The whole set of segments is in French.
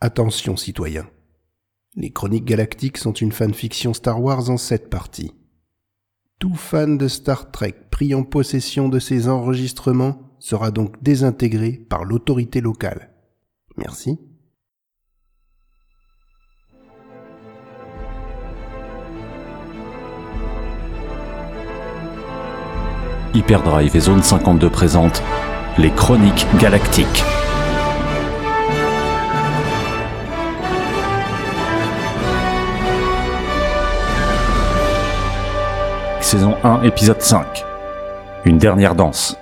Attention citoyens. Les Chroniques Galactiques sont une fanfiction Star Wars en sept parties. Tout fan de Star Trek pris en possession de ces enregistrements sera donc désintégré par l'autorité locale. Merci. Hyperdrive et Zone 52 présentent les Chroniques Galactiques. Saison 1, épisode 5. Une dernière danse.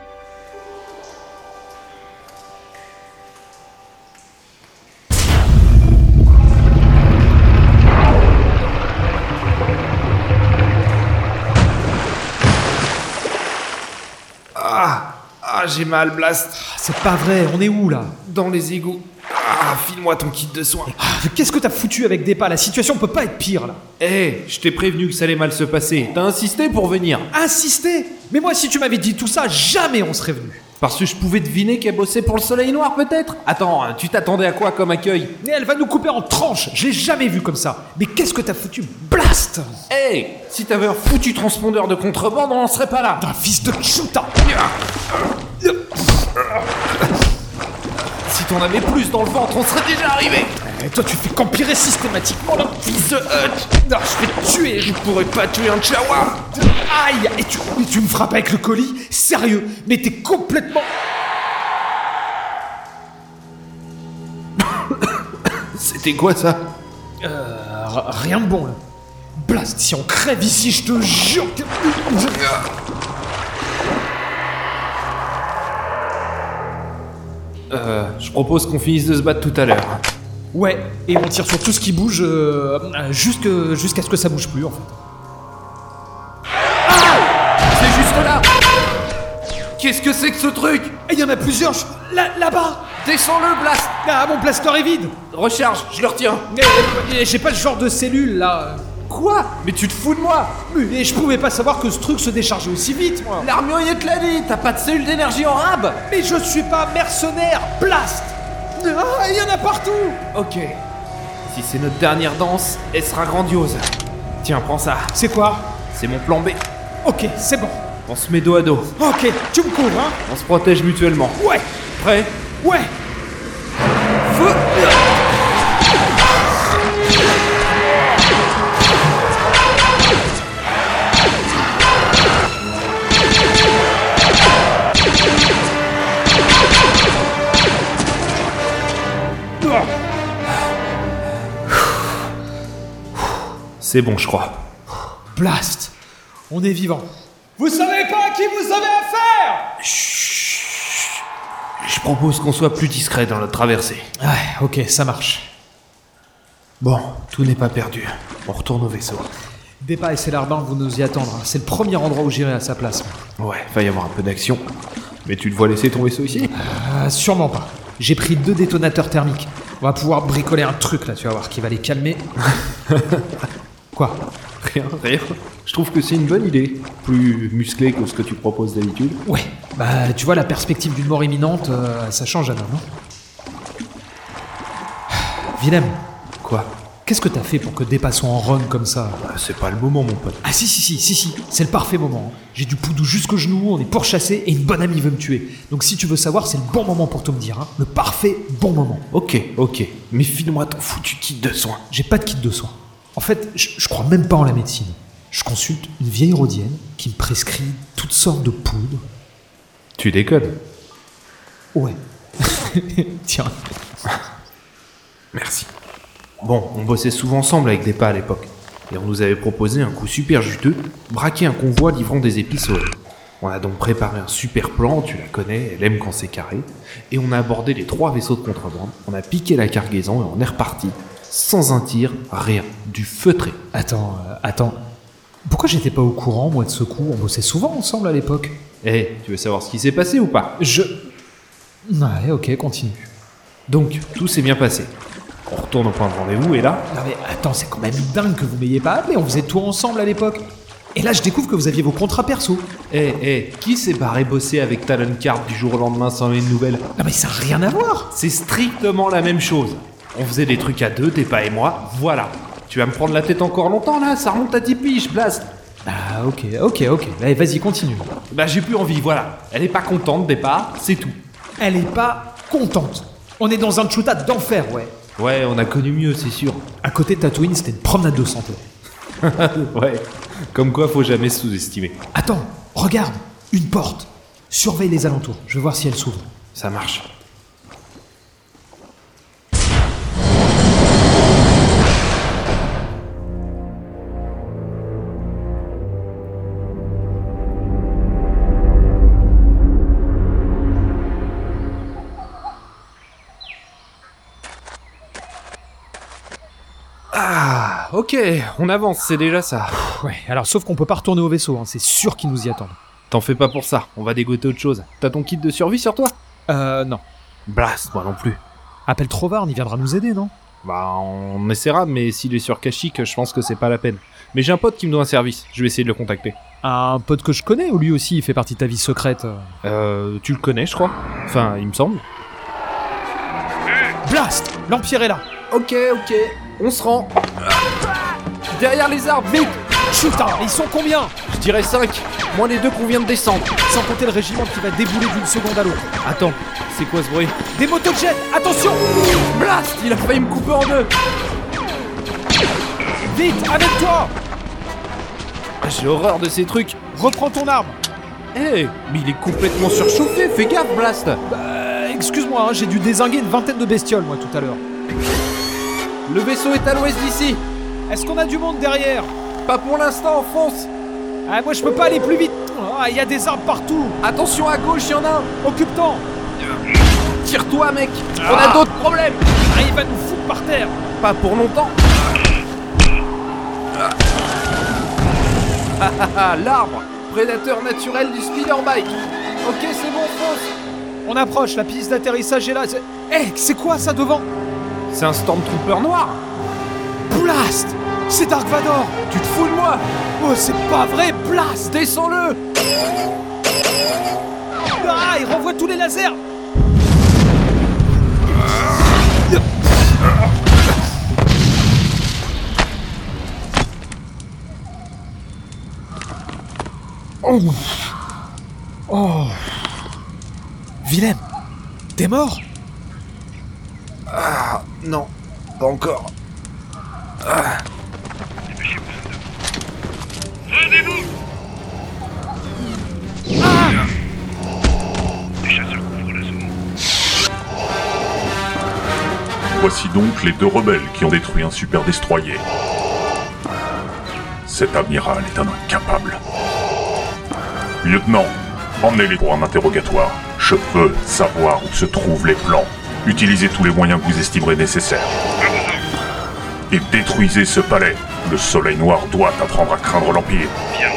Ah Ah, j'ai mal, Blast Ah, C'est pas vrai, on est où là Dans les égouts Ah, file-moi ton kit de soins Ah, Qu'est-ce que t'as foutu avec des pas La situation peut pas être pire là Eh, je t'ai prévenu que ça allait mal se passer. T'as insisté pour venir Insister Mais moi, si tu m'avais dit tout ça, jamais on serait venu Parce que je pouvais deviner qu'elle bossait pour le Soleil Noir, peut-être Attends, hein, tu t'attendais à quoi comme accueil Mais elle va nous couper en tranches Je l'ai jamais vu comme ça Mais qu'est-ce que t'as foutu Blast Eh Si t'avais un foutu transpondeur de contrebande, on en serait pas là Un fils de chuta Si t'en avais plus dans le ventre, on serait déjà arrivé Et Eh, toi, tu fais qu'empirer systématiquement là Fils de Hutch Ah, Je vais te tuer Je pourrais pas tuer un Chihuahua Aïe Et tu, et tu me frappes avec le colis Sérieux Mais t'es complètement... C'était quoi ça Euh, r- rien de bon là Blast, si on crève ici, je te jure que... Euh, je propose qu'on finisse de se battre tout à l'heure. Ouais, et on tire sur tout ce qui bouge euh, euh, jusque- jusqu'à ce que ça bouge plus en fait. C'est juste là Qu'est-ce que c'est que ce truc Et il y en a plusieurs je- là- là-bas Descends-le, Blast Ah mon blaster est vide Recharge, je le retiens Mais mais j'ai pas le genre de cellule là Quoi Mais tu te fous de moi Et je pouvais pas savoir que ce truc se déchargeait aussi vite moi L'armurier te l'a dit, t'as pas de cellule d'énergie en rab Mais je suis pas mercenaire Blast Ah, il y en a partout Ok. Si c'est notre dernière danse, elle sera grandiose. Tiens, prends ça. C'est quoi C'est mon plan B. Ok, c'est bon. On se met dos à dos. Ok, tu me couvres, hein On se protège mutuellement. Ouais Prêt Ouais Feu C'est bon, je crois. Blast On est vivant. Vous savez pas à qui vous avez affaire Je propose qu'on soit plus discret dans la traversée. Ouais, ok, ça marche. Bon, tout n'est pas perdu. On retourne au vaisseau. Dépa et Célarbin vont nous y attendre. hein. C'est le premier endroit où j'irai à sa place. moi. Ouais, va y avoir un peu d'action. Mais tu le vois laisser ton vaisseau ici Ah, sûrement pas. J'ai pris deux détonateurs thermiques. On va pouvoir bricoler un truc là, tu vas voir, qui va les calmer. Quoi Rien, rien. Je trouve que c'est une bonne idée. Plus musclé que ce que tu proposes d'habitude. Ouais. Bah, tu vois, la perspective d'une mort imminente, euh, ça change Anna, non Willem, Quoi qu'est-ce que t'as fait pour que dépassons en run comme ça Bah, C'est pas le moment, mon pote. Ah si si si si si, c'est le parfait moment. hein. J'ai du poudou jusqu'au genou, on est pourchassé et une bonne amie veut me tuer. Donc si tu veux savoir, c'est le bon moment pour te me dire, hein. le parfait bon moment. Ok, ok. Mais file-moi ton foutu kit de soins. J'ai pas de kit de soins. En fait, je, je crois même pas en la médecine. Je consulte une vieille rhodienne qui me prescrit toutes sortes de poudres. Tu déconnes Ouais. Tiens. Merci. Bon, on bossait souvent ensemble avec des pas à l'époque. Et on nous avait proposé un coup super juteux, braquer un convoi livrant des épisodes. On a donc préparé un super plan, tu la connais, elle aime quand c'est carré. Et on a abordé les trois vaisseaux de contrebande, on a piqué la cargaison et on est reparti. Sans un tir, rien. Du feutré. Attends, euh, attends. Pourquoi j'étais pas au courant, moi, de ce coup On bossait souvent ensemble à l'époque. Eh, tu veux savoir ce qui s'est passé ou pas Je. Ah Ouais, ok, continue. Donc, tout s'est bien passé. On retourne au point de rendez-vous et là, Non mais attends, c'est quand même dingue que vous m'ayez pas appelé, on faisait tout ensemble à l'époque. Et là, je découvre que vous aviez vos contrats perso. eh, eh, qui s'est barré bosser avec Talon Card du jour au lendemain sans les nouvelles Non mais ça n'a rien à voir C'est strictement la même chose. On faisait des trucs à deux, Tepa et moi. Voilà. Tu vas me prendre la tête encore longtemps là, ça remonte à 10 piges, Blast. Ah, ok, ok, ok. Allez, vas-y, continue. Bah j'ai plus envie, voilà. Elle est pas contente, Tepa, c'est tout. Elle est pas contente. On est dans un chuta d'enfer, ouais. Ouais, on a connu mieux, c'est sûr. À côté de Tatooine, c'était une promenade de santé. ouais. Comme quoi, faut jamais se sous-estimer. Attends, regarde, une porte. Surveille les alentours, je vais voir si elle s'ouvre. Ça marche. Ah, ok, on avance, c'est déjà ça. Ouais, alors sauf qu'on peut pas retourner au vaisseau, hein, c'est sûr qu'ils nous y attendent. T'en fais pas pour ça, on va dégoter autre chose. T'as ton kit de survie sur toi Euh, non. Blast, moi non plus. Appelle Trovarne, il viendra nous aider, non Bah, on essaiera, mais s'il est sur Kashyyyk, je pense que c'est pas la peine. Mais j'ai un pote qui me doit un service, je vais essayer de le contacter. Un pote que je connais, ou lui aussi, il fait partie de ta vie secrète. euh. Euh, tu le connais, je crois Enfin, il me semble. Blast L'Empire est là Ok, ok, on se rend. Derrière les arbres, vite Putain, hein. ils sont combien Je dirais 5, moins les deux qu'on vient de descendre. Sans compter le régiment qui va débouler d'une seconde à l'autre. Attends, c'est quoi ce bruit Des motos de jet Attention Blast Il a failli me couper en deux Vite, avec toi Ah, J'ai horreur de ces trucs Reprends ton arme Eh, mais il est complètement surchauffé, fais gaffe, Blast Euh, excuse-moi, hein, j'ai dû désinguer une vingtaine de bestioles, moi, tout à l'heure. Le vaisseau est à l'ouest d'ici Est-ce qu'on a du monde derrière Pas pour l'instant, fonce Ah, moi, je peux pas aller plus vite Ah, il y a des arbres partout Attention à gauche, il y en a un Occupe-t'en Tire-toi, mec On a d'autres problèmes Ah, il va nous foutre par terre Pas pour longtemps Ah, ah, ah, L'arbre Prédateur naturel du speederbike Ok, c'est bon, fonce On approche, la piste d'atterrissage est là. C'est- Eh, c'est quoi ça devant C'est un Stormtrooper noir Blast C'est Dark Vador Tu te fous de moi Oh, c'est pas vrai, Blast Descends-le Ah, il renvoie tous les lasers Oh Oh Willem T'es mort Non, pas encore. Voici donc les deux rebelles qui ont détruit un super destroyer. Cet amiral est un incapable. Lieutenant, emmenez-les pour un interrogatoire. Je veux savoir où se trouvent les plans. Utilisez tous les moyens que vous estimerez nécessaires. Et détruisez ce palais. Le soleil noir doit apprendre à craindre l'Empire. Bien.